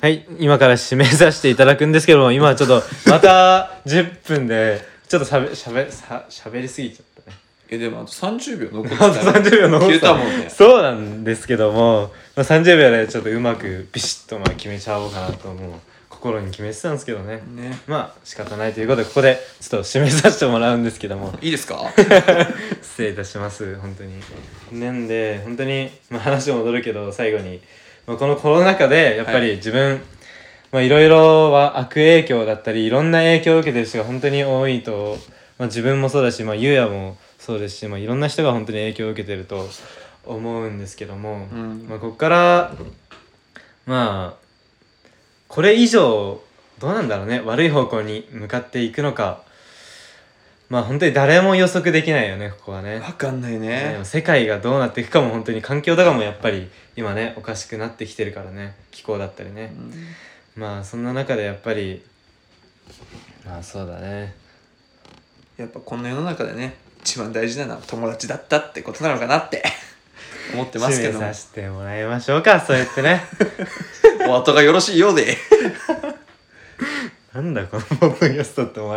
はい、今から締めさせていただくんですけども、今はちょっと、また10分で、ちょっとしゃべ、しゃべ、さしゃべりすぎちゃったね。えでもあと30秒残って あと30秒の消えたもんねそうなんですけども、まあ、30秒でちょっとうまくビシッとまあ決めちゃおうかなと思う。心に決めてたんですけどね。ねまあ仕方ないということで、ここでちょっと締めさせてもらうんですけども、いいです か失礼いたします本当になんで本当に、まあ、話戻るけど最後に、まあ、このコロナ禍でやっぱはいり自分、まあいろいろは悪影響だったりいろんな影響を受けてる人が本当に多いと、まあ、自分もそうだし、まあ、ゆうやもそうですし、まあ、いろんな人が本当に影響を受けてると思うんですけども、うんまあ、ここからまあこれ以上どうなんだろうね悪い方向に向かっていくのかまあ本当に誰も予測できないよねここはねわかんないねでねも世界がどうなっていくかも本当に環境とかもやっぱり今ねおかしくなってきてるからね気候だったりねまあそんな中でやっぱりまあそうだねやっぱこの世の中でね一番大事なのは友達だったってことなのかな って思ってますけど締もめさせてもらいましょうかそうやって ねお後がよろしいようでなんだこのポッドキャストって思われ